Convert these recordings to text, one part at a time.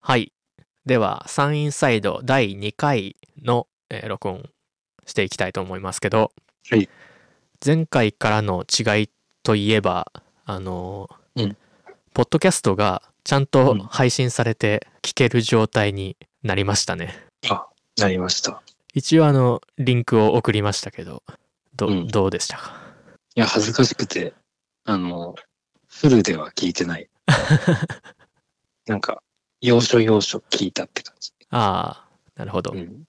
はい。では、山陰サイド第2回の、えー録音していきたいと思いますけど、はい前回からの違いといえば、あのーうんポッドキャストがちゃんとうん配信されて聞ける状態になりましたね。なりました。一応、あの、リンクを送りましたけど、ど,、うんどうでしたかいや、恥ずかしくて、あの、フルでは聞いて ない。なんか、要所要所聞いたって感じ。ああ、なるほど。ういん。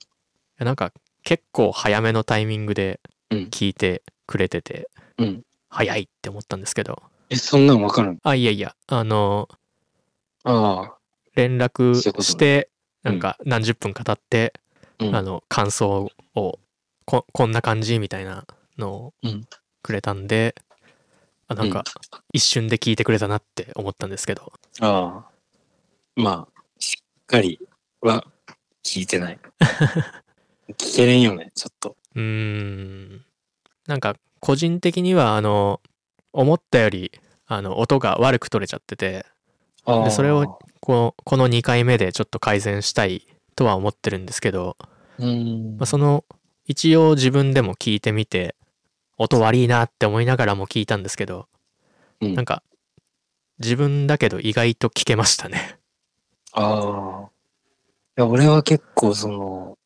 やなんか、結構早めのタイミングでうん聞いてくれてて、うん。早いって思ったんですけど、え、そんなんわかるのあ、いやいや、あの、あ連絡そういうことねして、うんなんか何十分か経って、あ。うん。あの、感想を、こ、こんな感じみたいなのをうんくれたんで、あ、なんか、一瞬で聞いてくれたなって思ったんですけど、ああ。まあ、しっかりは聞い てない。聞けれんよね、ちょっと。うーん、なんか、個人的には、あの、思ったより、あの、音が悪く取れちゃってて、あであ。それを、この、この2回目でちょっと改善したいとは思ってるんですけど、うんまあ、。その一応自分でも聞いてみて音悪いなって思いながらも聞いたんですけど、うんなんか自分だけど意外と聞けましたね ああ。いや、俺は結構その、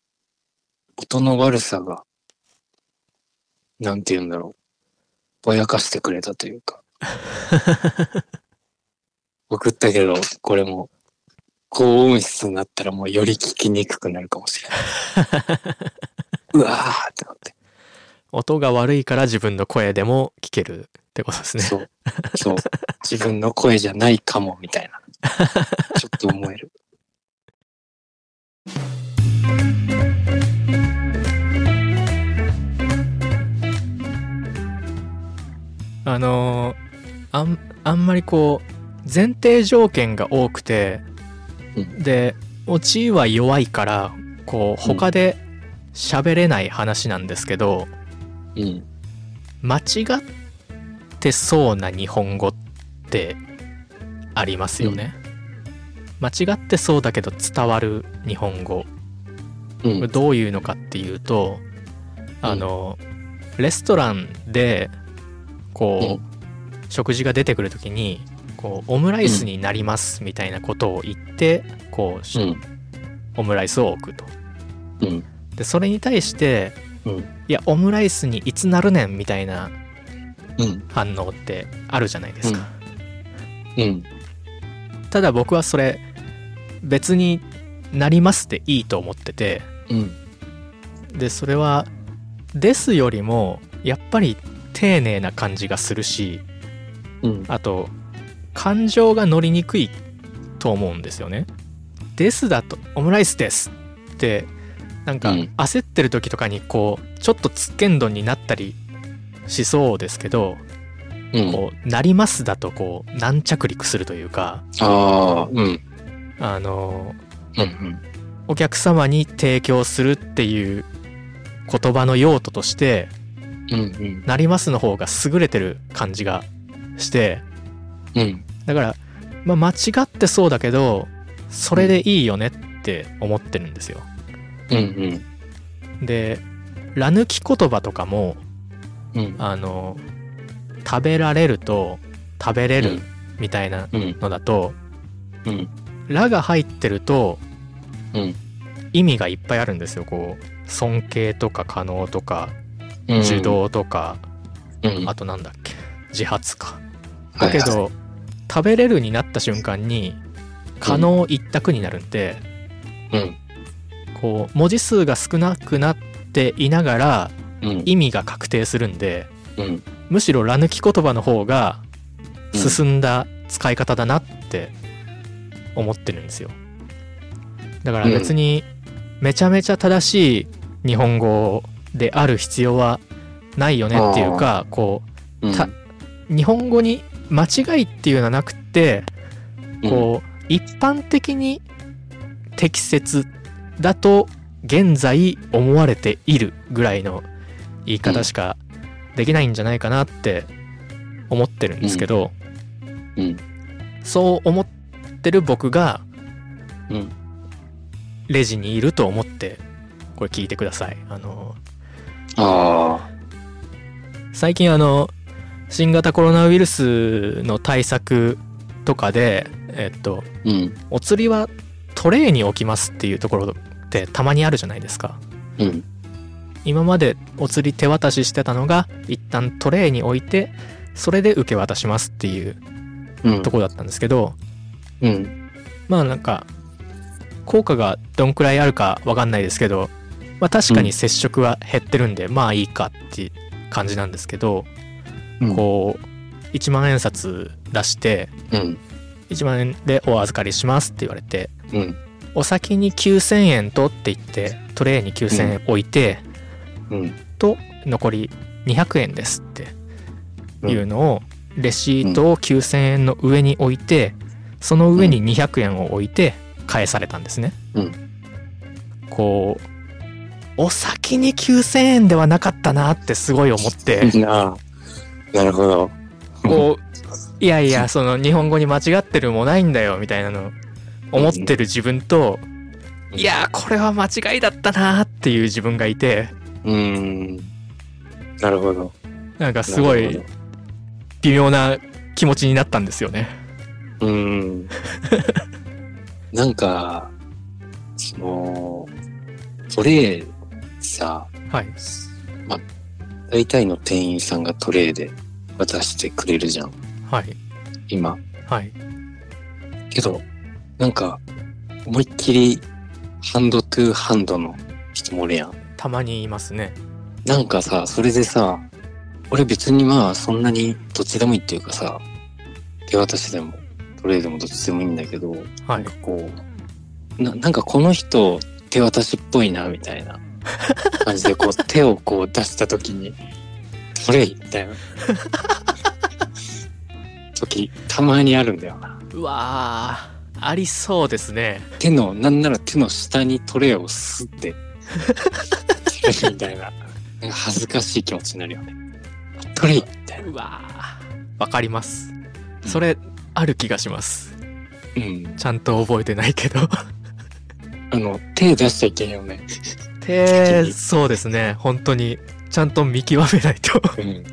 音の悪さが、なんて言うんだろう。ぼやかしてくれたというか。送ったけど、これも、高音質になったらもうより聞きにくくなるかもしれない。うわーってなって。音が悪いから自分の声でも聞けるってことですねそう。そう。自分の声じゃないかも、みたいな。ちょっと思える。 あのーあんあんまりこう前提条件が多くて、うんで落ちは弱いからこううん他で喋れない話なんですけど、うん。間違ってそうな日本語ってありますよね、間違ってそうだけど伝わる日本語うん。どういうのかっていうとあの、レストランでこう、食事が出てくる時にこうオムライスになりますみたいなことを言ってこう、うん。オムライスを置くとうん。でそれに対して、うんいやオムライスにいつなるねんみたいなうん。反応ってあるじゃないですか、うん。ただ僕はそれ別になりますでいいと思っててうん。でそれはですよりもやっぱり丁寧な感じがするしうん。あと感情が乗りにくいと思うんですよね。ですだとオムライスですってなんかうん焦ってる時とかにこうちょっとつっけんどんになったりしそうですけど、うん。こうなりますだとこう軟着陸するというかああ、うん。あのうん。お客様に提供するっていう言葉の用途としてうん。うん。なりますの方が優れてる感じがしてうん。だから、まあ、間違ってそうだけどそれでいいよねって思ってるんですようん。でラ抜き言葉とかもうん。あの食べられると食べれうるんみたいなうん。のだと、うん。ラが入ってるとうん。意味がいっぱいあるんですよこう尊敬とか可能とかうん。受。動とか、うん。あとなんだっけ自発かだはいけど、食べれるになった瞬間に可能一択になるんで、うん。こう文字数が少なくなっていながらうん。意味が確定するんでうん。むしろら抜き言葉の方がうん進んだ使い方だなって思ってるんですよだから別にめちゃめちゃ正しい日本語である必要はないよねっていうかこううん。た日本語に間違いっていうのはなくてこう、一般的に適切だと現在思われているぐらいの言い方しかできないんじゃないかなって思ってるんですけど、うん。そう思ってる僕がうんレジにいると思ってこれ聞いてくださいあのあ最近あの新型コロナウイルスの対策とかでえっとーうんお釣りはトレイに置きますっていうところってたまにあるじゃないですかうん今までお釣り手渡ししてたのが一旦トレイに置いてそれで受け渡しますっていううんとこだったんですけど、うんまあなんか効果がどんくらいあるかわかんないですけど、まあ、確かに接触は減ってるんで、まあいいかって感じなんですけど、うんこう1万円札出してうん1万円でお預かりしますって言われてうんお先に9,000円とって言ってトレイに9,000円置いて、うんと残り200円ですっていうのをレシートを9,000円の上に置いてその上に200円を置いて返されたんですね。うんこうお先に9,000円ではなかったなってすごい思ってなあなるほどこう いやいやその日本語に間違ってるもないんだよみたいなの思ってる自分とうんいやーこれは間違いだったなーっていう自分がいてうんなるほどなんかすごないる微妙な気持ちになったんですよね。ほどうんなんかそのトレイさはいまあ大体の店員さんがトレイで渡してくれるじゃんはい今はいけどなんか思いっきりハンドトゥーハンドの人もおるやんたまにいますね。なんかさ、それでさ、俺別にまあそんなにどっちでもいいっていうかさ、手渡しでもトレーでもどっちでもいいんだけど、はないんかこうな、なんかこの人手渡しっぽいなみたいな感じでこう手をこう出した時に、トレイみたいな時、たまにあるんだよな。うわーありそうですね。手の、なんなら手の下にトレイをすって、みたいな。なんか恥ずかしい気持ちになるよね。トレイみたいな。うわーわかります。それある気がします。うん。ちゃんと覚えてないけ ど。あの、手出しちゃいけんよね。て そうですね本当にちゃんと見極めないとうん。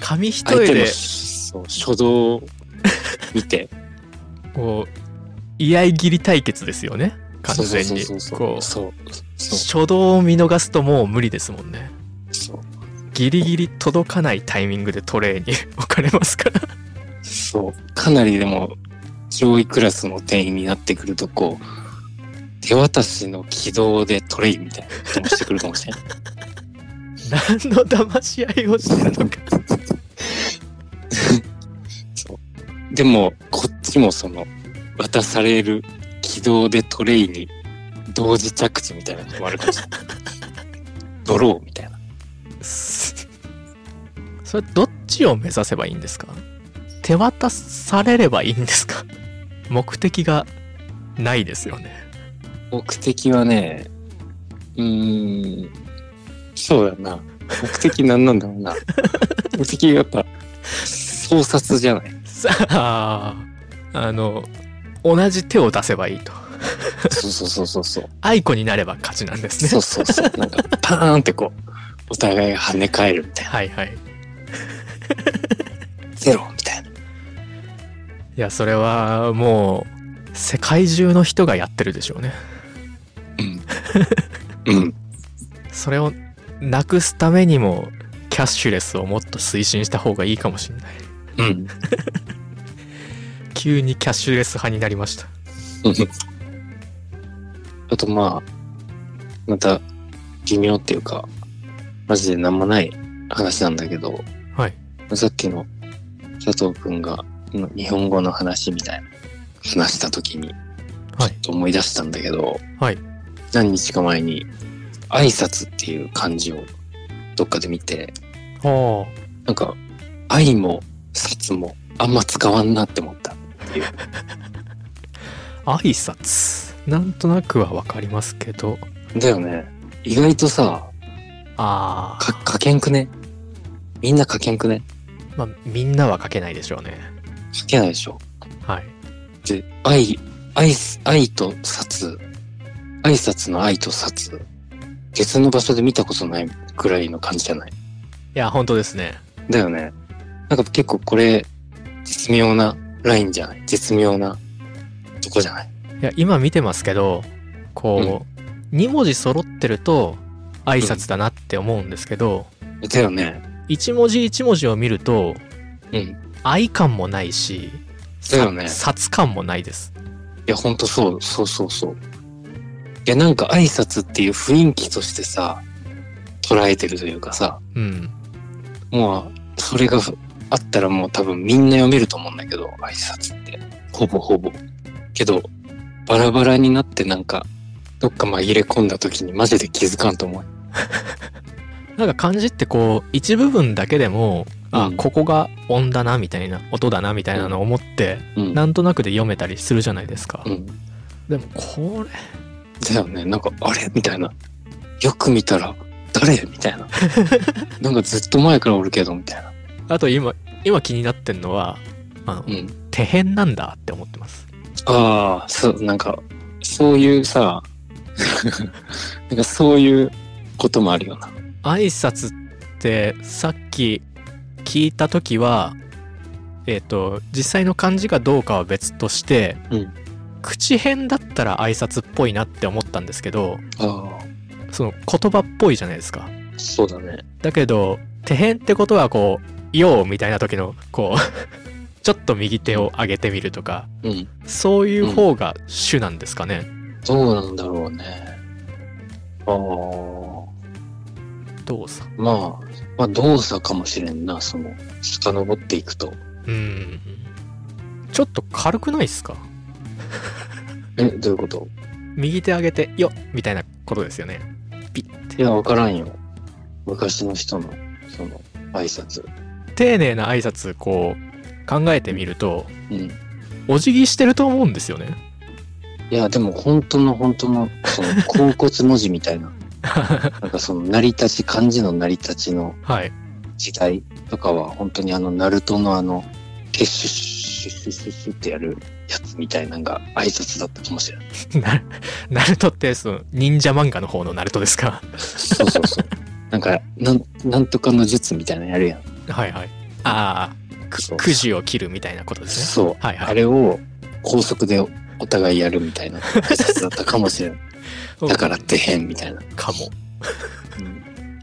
紙一相重手のでそう初動を見て。こう居合切り対決ですよね完全にそうそうそこううそう。そう。初動を見逃すともう無理ですもんねそう。ギリギリ届かないタイミングでトレーに 置かれますからそう。かなりでも、上位クラスの店員になってくると、こう、手渡しの軌道でトレイみたいなこともしてくるかもしれない。何の騙し合いをしてるのか そう。でも、こっちもその、渡される軌道でトレイに同時着地みたいなのもあるかもしれない。ドローみたいな。すそれどっちを目指せばいいんですか手渡されればいいんですか目的がないですよね 目的はね、うーん、そうだな。目的何なんだろう な。目的やっぱ、創殺じゃない。さああの同じ手を出せばいいとそうそうそうそうそう。アイコになれば勝ちなんですそねうそうそう。なんか、パーンってこう、お互いが跳ね返るみたいな。はいはいゼロみたいな。いやそれはもう世界中の人がやってるでしょうねうん。うん。それをなくすためにもキャッシュレスをもっと推進した方がいいかもしれないうん。急にキャッシュレス派になりましたあとまあ、また微妙っていうか、マジで何もない話なんだけど、はいさっきの佐藤くんがの日本語の話みたいな話した時に、はいちょっと思い出したんだけど、はい何日か前に挨拶っていう漢字をどっかで見て、はなんか愛も札もあんま使わんなって思った。あ挨拶なんとなくはわかりますけどだよね。意外とさ、あか書けんくねみんな書けんくねあまあみんなは書けないでしょうね書けないでしょはいで、愛、愛す、愛と殺。挨拶の愛と殺。ゲスの場所で見たことないくらいの感じじゃないいや、本当ですね。だよね。なんか結構これ、絶妙なラインじゃない絶妙なとこじゃないいや、今見てますけど、こう、2文字揃ってると、挨拶だなって思うんですけど、だよね。 1文字1文字を見ると、うん。い愛感もないし、だよねさ殺感もないです。や、ほんとそう、そうそうそう。いや、なんか挨拶っていう雰囲気としてさ、捉えてるというかさ、うん。もう、それがふあったらもう多分みんな読めると思うんだけど、挨拶って。ほぼほぼ。けど、バラバラになってなんか、どっか紛れ込んだ時にマジで気づかんと思う。なんか漢字ってこう、一部分だけでも、あう、んここが音だな、みたいな、音だな、みたいなのを思って、うん。なんとなくで読めたりするじゃないですかう。ん。でも、これ、だよね。なんか、あれみたいな。よく見たら、誰みたい な。なんかずっと前からおるけど、みたいな。あと今、今気になってんのは、あのう、ん。手編なんだって思ってます。ああ、そう、なんか、そういうさ、 なんかそういうこともあるよな。挨拶ってさっき聞いた時はえっ、と実際の漢字がどうかは別として、うん口編だったら挨拶っぽいなって思ったんですけどああ、その言葉っぽいじゃないですかそうだね。だけど手編ってことはこう「よう」みたいな時のこう ちょっと右手を上げてみるとかうん。そういう方が主なんですかね、どうなんだろうね。ああ、動作まあ、まあ動作かもしれんな、その、遡っていくと。うんちょっと軽くないっすかえ、どういうこと右手上げて「よ」みたいなことですよねピッていや、わからんよ。昔の人の、その、挨拶。丁寧な挨拶こう考えてみるとうん。お辞儀してると思うんですよね いや、でも本当の本当の、そ の、甲骨文字みたいな、なんかその、成り立ち、漢字の成り立ちのはい時代とかは、本当にあの、ナルトのあの、ケッシュシュシュシュシュシュってやるやつみたいなのが挨拶だったかもしれない。なナルトってその忍者漫画の方のナルトですか そうそうそう。 なんか、なん、なんとかの術みたいなのやるやん。はいはいああくそうくじを切るみたいなことですねそう。はいはあいれを高速でお互いやるみたいな挨拶だったかもし れない。だからってへんみたいな。かも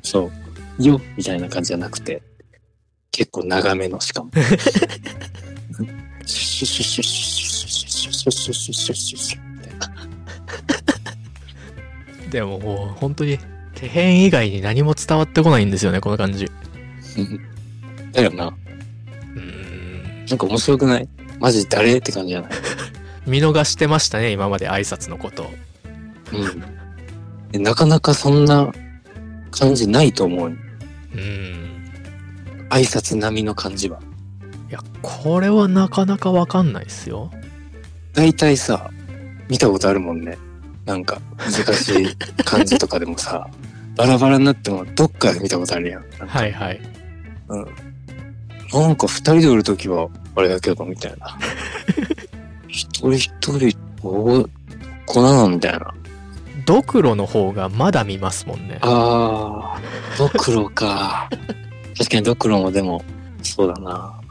そう。よみたいな感じじゃなくて、結構長めのしかも。シュシュシュシュシュシュシュシュシュシュシュシュみたいな。でももう本当に手編以外に何も伝わってこないんですよねこの感じうだよな。ーんなんか面白くないマジ誰って感じじゃない見逃してましたね今まで挨拶のことうんで。なかなかそんな感じないと思うよ。うーん挨拶並みの感じは。いやこれはなかなかわかんないですよ大体さ、見たことあるもんね。なんか、難しい感じとかでもさ、バラバラになってもどっかで見たことあるやん。なんかはいはいうん。なんか二人でおるときは、あれだけど、みたいな。一人一人、おお、粉なのみたいな。ドクロの方がまだ見ますもんね。あー、ドクロか。確かにドクロもでも、そうだな。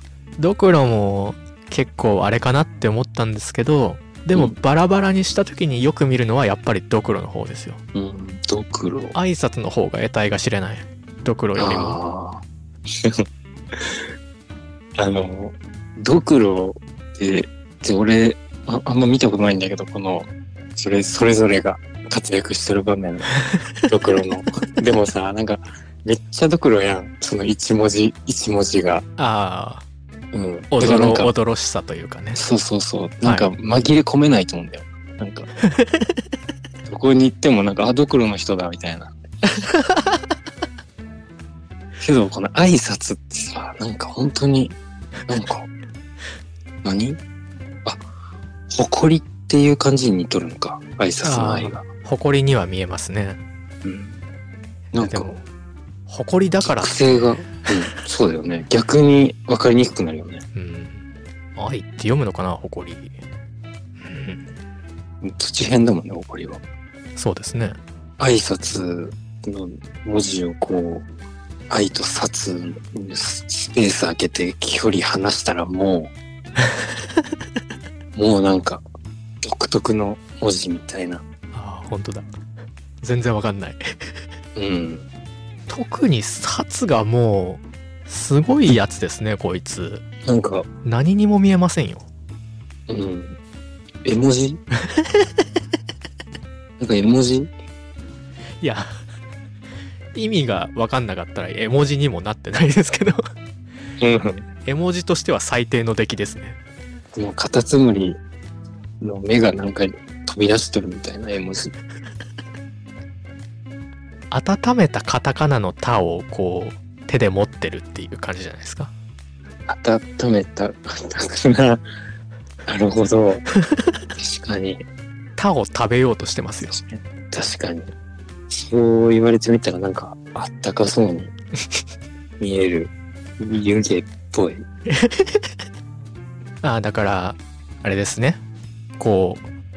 ドクロも結構あれかなって思ったんですけど、でもうんバラバラにした時によく見るのはやっぱりドクロの方ですよ。うん、ドクロ。挨拶の方が得体が知れない。ドクロよりも。あ ああの、ドクロって、で俺あ、あんま見たことないんだけど、この、それ、それぞれが活躍してる 場面、ドクロの。でもさ、なんか、めっちゃドクロやん。その一文字、一文字が。あうん。あ、おだからなんか、どろしさというかね。そうそうそう。なんか、紛れ込めないと思うんだよ。な んか、どこに行ってもなんか、あ、ドクロの人だ、みたいな。けど、この挨拶ってさ、なんか本当に、なんか、何あ、誇りっていう感じに似とるのか、挨拶の愛が。誇りには見えますね。うん。なんでか、も、誇りだから、特性が、うん、そうだよね。逆に分かりにくくなるよね。うん。愛って読むのかな、誇り。うん土変だもんね、怒りは。そうですね。挨拶の文字をこう、愛と殺にススペース開けて距離離したらもう、もうなんか、独特の文字みたいな。ああ、本当だ。全然わかんない。うん。特に札がもう、すごいやつですね、こいつ。なんか、何にも見えませんよ。うん。絵文字なんか絵文字いや、 意味がわかんなかったら絵文字にもなってないですけど、 うん。絵文字としては最低の出来ですね。もうカタツムリの目がなんか飛び出してるみたいな絵文字。温めたカタカナの「タ」をこう手で持ってるっていう感じじゃないですか。温めたカタカナ。なるほど。確かに。 「タ」を食べようとしてますよ。確かに。そう言われてみたらなんかあったかそうに見える。湯気っぽい。ああだからあれですねこ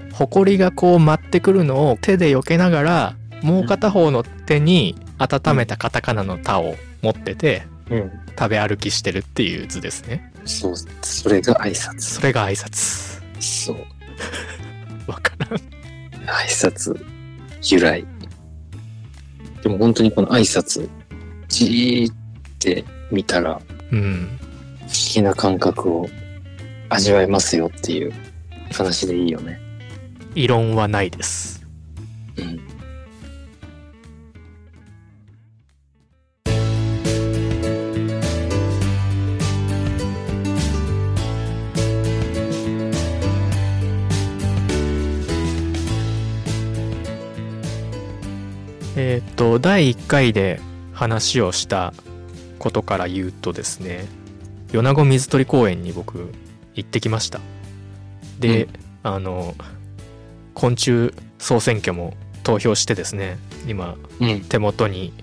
うほこりがこう舞ってくるのを手で避けながらもう片方の手に温めたカタカナの「タ」を持っててうん。食べ歩きしてるっていう図ですね。そう、それが挨拶。それが挨拶。そう。わからん。挨拶由来でも本当にこの挨拶じーって見たらうん。不思議な感覚を味わえますよっていう話でいいよね異論はないです。うんえーっと第1回で話をしたことから言うとですね米子水鳥公園に僕行ってきましたで、うんあの昆虫総選挙も投票してですね今うん手元に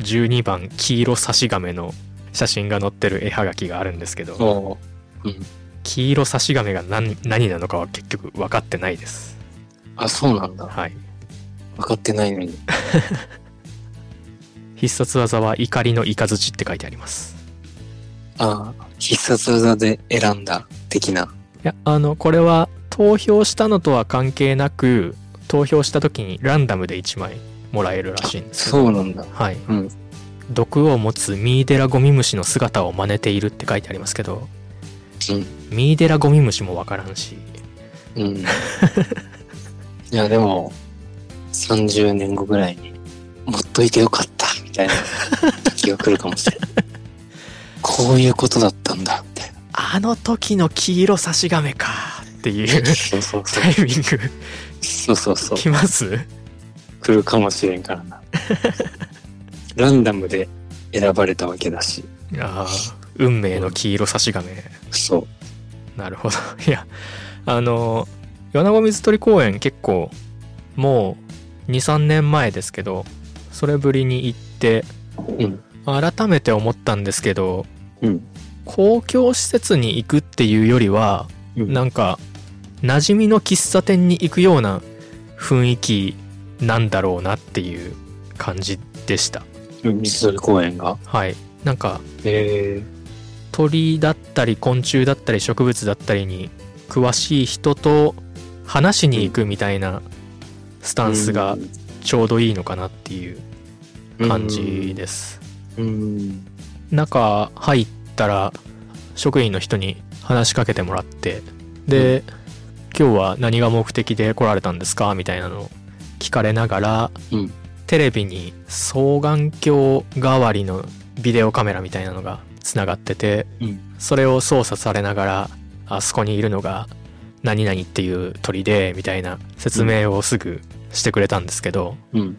12番黄色サシガメの写真が載ってる絵はがきがあるんですけどお黄色サシガメが何何なのかは結局分かってないですあそうなんだはい分かってないのに必殺技は怒りのイカズチって書いてありますああ必殺技で選んだ的ないやあのこれは投票したのとは関係なく投票した時にランダムで1枚もらえるらしいんですけどそうなんだはい、うん毒を持つミイデラゴミムシの姿を真似ているって書いてありますけどミイデラゴミムシもわからんしうんうん いやでも30年後ぐらいにもっといてよかったみたいな時が来るかもし れないこういうことだったんだみたいなあの時の黄色差しガメかっていう そうそうそタイミングうそうそうそうきます来るかもしれんから なランダムで選ばれたわけだしあー運命の黄色差しガメそうなるほど。 いや、あの、米子水鳥公園結構、もう2、3年前ですけど、それぶりに行って、うん改めて思ったんですけど、うん公共施設に行くっていうよりは、うんなんか、馴染みの喫茶店に行くような雰囲気なんだろうなっていう感じでした。水鳥公園がはい。なんか、へえ鳥だったり昆虫だったり植物だったりに詳しい人と話しに行くみたいなスタンスがちょうどいいのかなっていう感じです。うん中入ったら職員の人に話しかけてもらってで、今日は何が目的で来られたんですかみたいなのを聞かれながら、うんテレビに双眼鏡代わりのビデオカメラみたいなのがつながってて、うんそれを操作されながらあそこにいるのが何々っていう鳥でみたいな説明をすぐしてくれたんですけど、うん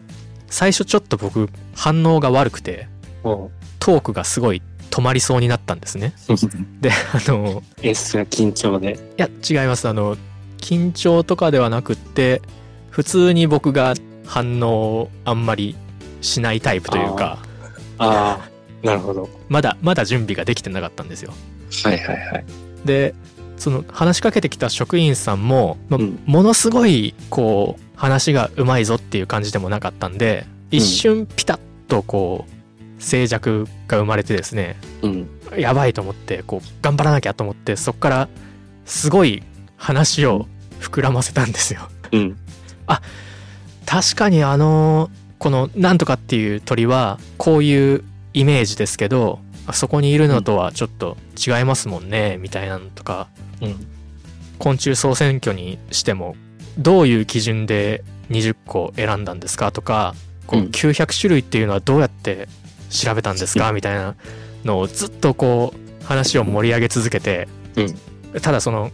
最初ちょっと僕反応が悪くておうトークがすごい止まりそうになったんですね。で、あの、演出が緊張でいや、違います。あの、緊張とかではなくって、普通に僕が反応をあんまりしないタイプというか、ああなるほどまだ、まだ準備ができてなかったんですよ。はいはいはいで、その話しかけてきた職員さんも、まあうんものすごいこう話がうまいぞっていう感じでもなかったんで一瞬ピタッとこう静寂が生まれてですねうん。やばいと思ってこう頑張らなきゃと思ってそこからすごい話を膨らませたんですよ。うん。確かにあのこの「なんとか」っていう鳥はこういうイメージですけどあそこにいるのとはちょっと違いますもんね、みたいなのとか、うん昆虫総選挙にしてもどういう基準で20個選んだんですかとかこううん900種類っていうのはどうやって調べたんですか、うみたいなのをずっとこう話を盛り上げ続けて、ただその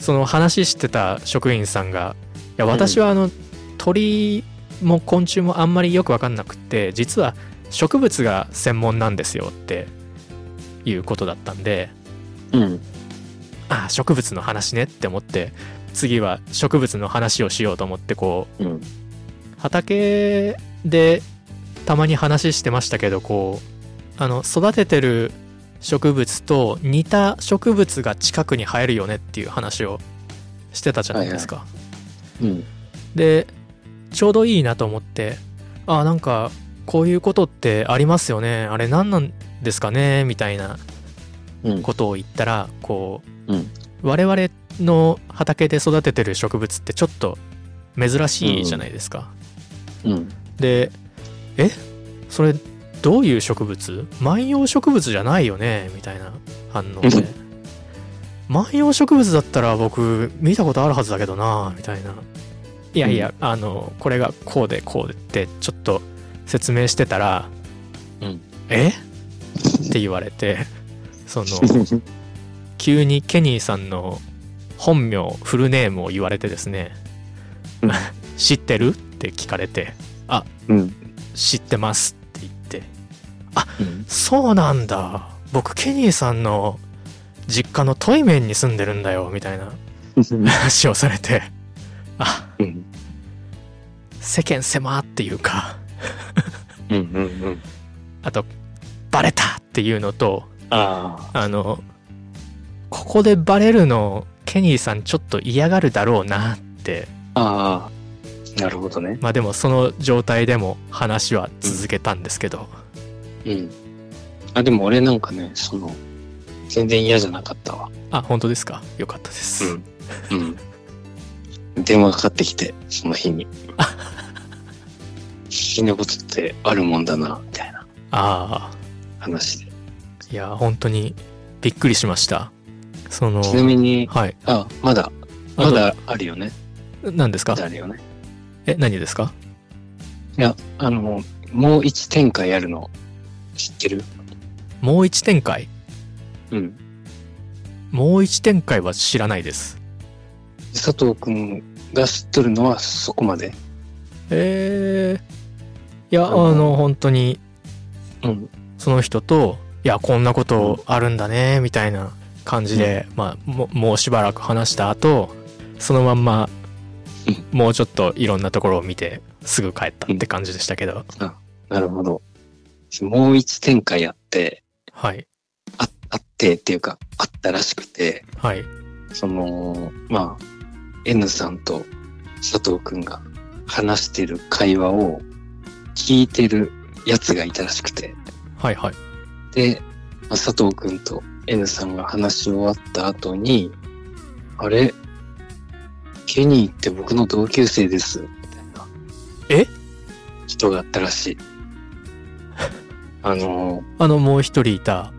その話してた職員さんが「いや私はあの、鳥も昆虫もあんまりよく分かんなくって実は植物が専門なんですよ」っていうことだったんでうん。 「ああ植物の話ね」って思って次は植物の話をしようと思ってこううん。畑でたまに話してましたけどこうあの育ててる植物と似た植物が近くに生えるよねっていう話をしてたじゃないですか。うん。でちょうどいいなと思ってあなんかこういうことってありますよねあれ何なんですかねみたいなうん。ことを言ったらこう、うん我々の畑で育ててる植物ってちょっと珍しいじゃないですか。うん。でえそれどういう植物万葉植物じゃないよねみたいな反応うでん万葉植物だったら僕見たことあるはずだけどなみたいないやいや、あのこれがこうでこうでってちょっと説明してたら「うんえって言われて その急にケニーさんの本名フルネームを言われてですねうん 知ってるって聞かれてうん。知ってますって言ってそうなんだ僕ケニーさんの実家のトイメンに住んでるんだよみたいな話をされてあうん。世間狭っていうかうん。うん。あとバレたっていうのとああのここでバレるのケニーさんちょっと嫌がるだろうなってあ。ああ。なるほどね。まあでもその状態でも話は続けたんですけど、うん。あ、でも俺なんかね、その、全然嫌じゃなかったわ。あ本当ですかよかったです、うん。うん。電話かかってきて、その日に。死ぬことってあるもんだな、みたいなああ話で。いや本当にびっくりしましたそのちなみに、はいあ、まだ、あまとだあるよね。何ですまかだあるよね。え何ですかいや、あの、もう一展開やるの、知ってるもう一展開うん。もう一展開は知らないです佐藤くんが知っとるのはそこまで。えー、いやああのの本当にうん。その人といやこんなことあるんだねみたいな感じで、まあももうしばらく話した後そのまんまうもうちょっといろんなところを見てすぐ帰ったって感じでしたけど、なるほど。もう一展開やって、はいああってっていうか、あったらしくて。はいその、まあ、N さんと佐藤くんが話してる会話を聞いてるやつがいたらしくて。はいはいで、まあ佐藤くんと N さんが話し終わった後に、あれケニーって僕の同級生です。みたいな。え人があったらしい。あの、あのもう一人いた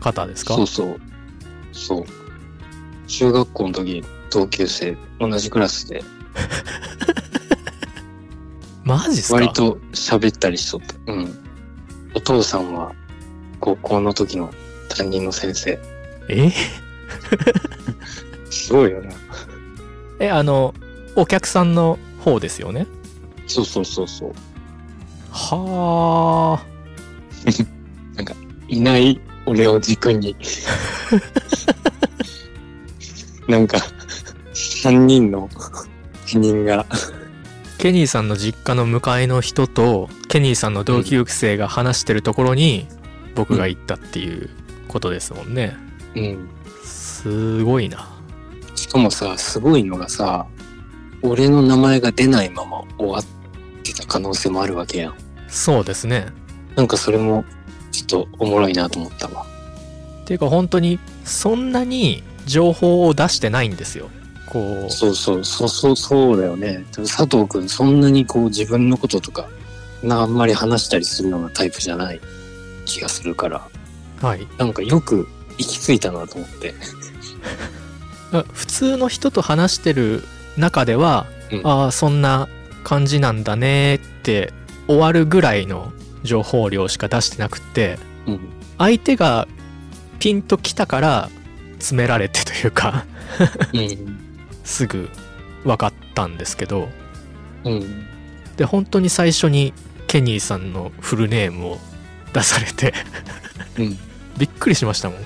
方ですかそうそう。そう。中学校の時、同級生、同じクラスで、マジっすか割と喋ったりしとった。うん。お父さんは高校の時の担任の先生。えすごいよな。えあのお客さんの方ですよねそうそうそうそう。はあいない俺を軸 に。なんか、三人の担任が。ケニーさんの実家の向かいの人とケニーさんの同級生が話してるところに僕が行ったっていうことですもんね、うん。すごいな。しかもさ、すごいのがさ、俺の名前が出ないまま終わってた可能性もあるわけやん。そうですね。なんかそれも、ちょっとおもろいなと思ったわ。っていうか本当にそんなに情報を出してないんですよ。こうそうそう、そうそう、そうだよね。佐藤くん、そんなにこう自分のこととか、なあんまり話したりするようなタイプじゃない気がするから、はい、なんかよく行き着いたなと思って。あ普通の人と話してる中では、うんああそんな感じなんだねって終わるぐらいの情報量しか出してなくってうん。相手がピンときたから詰められてというか うん。すぐ分かったんですけどうん。で本当に最初にケニーさんのフルネームを出されてうん。びっくりしましたもん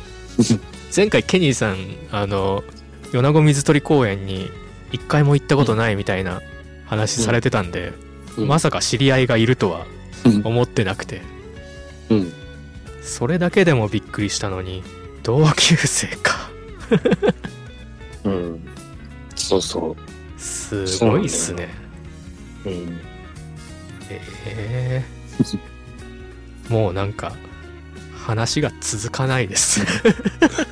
前回ケニーさんあの米子水鳥公園に一回も行ったことないみたいな話されてたんで、うんまさか知り合いがいるとはうん思ってなくてうん。それだけでもびっくりしたのに同級生かうん。そうそすごいっすねう。うん。えーもうなんか話が続かないです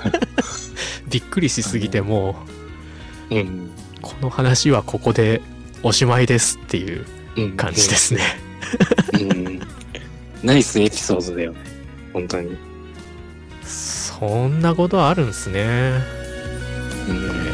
びっくりしすぎてもううん。この話はここでおしまいですっていううん。感じですね。うん。ナイスエピソードだよね。本当に。そんなことあるんすね。うん。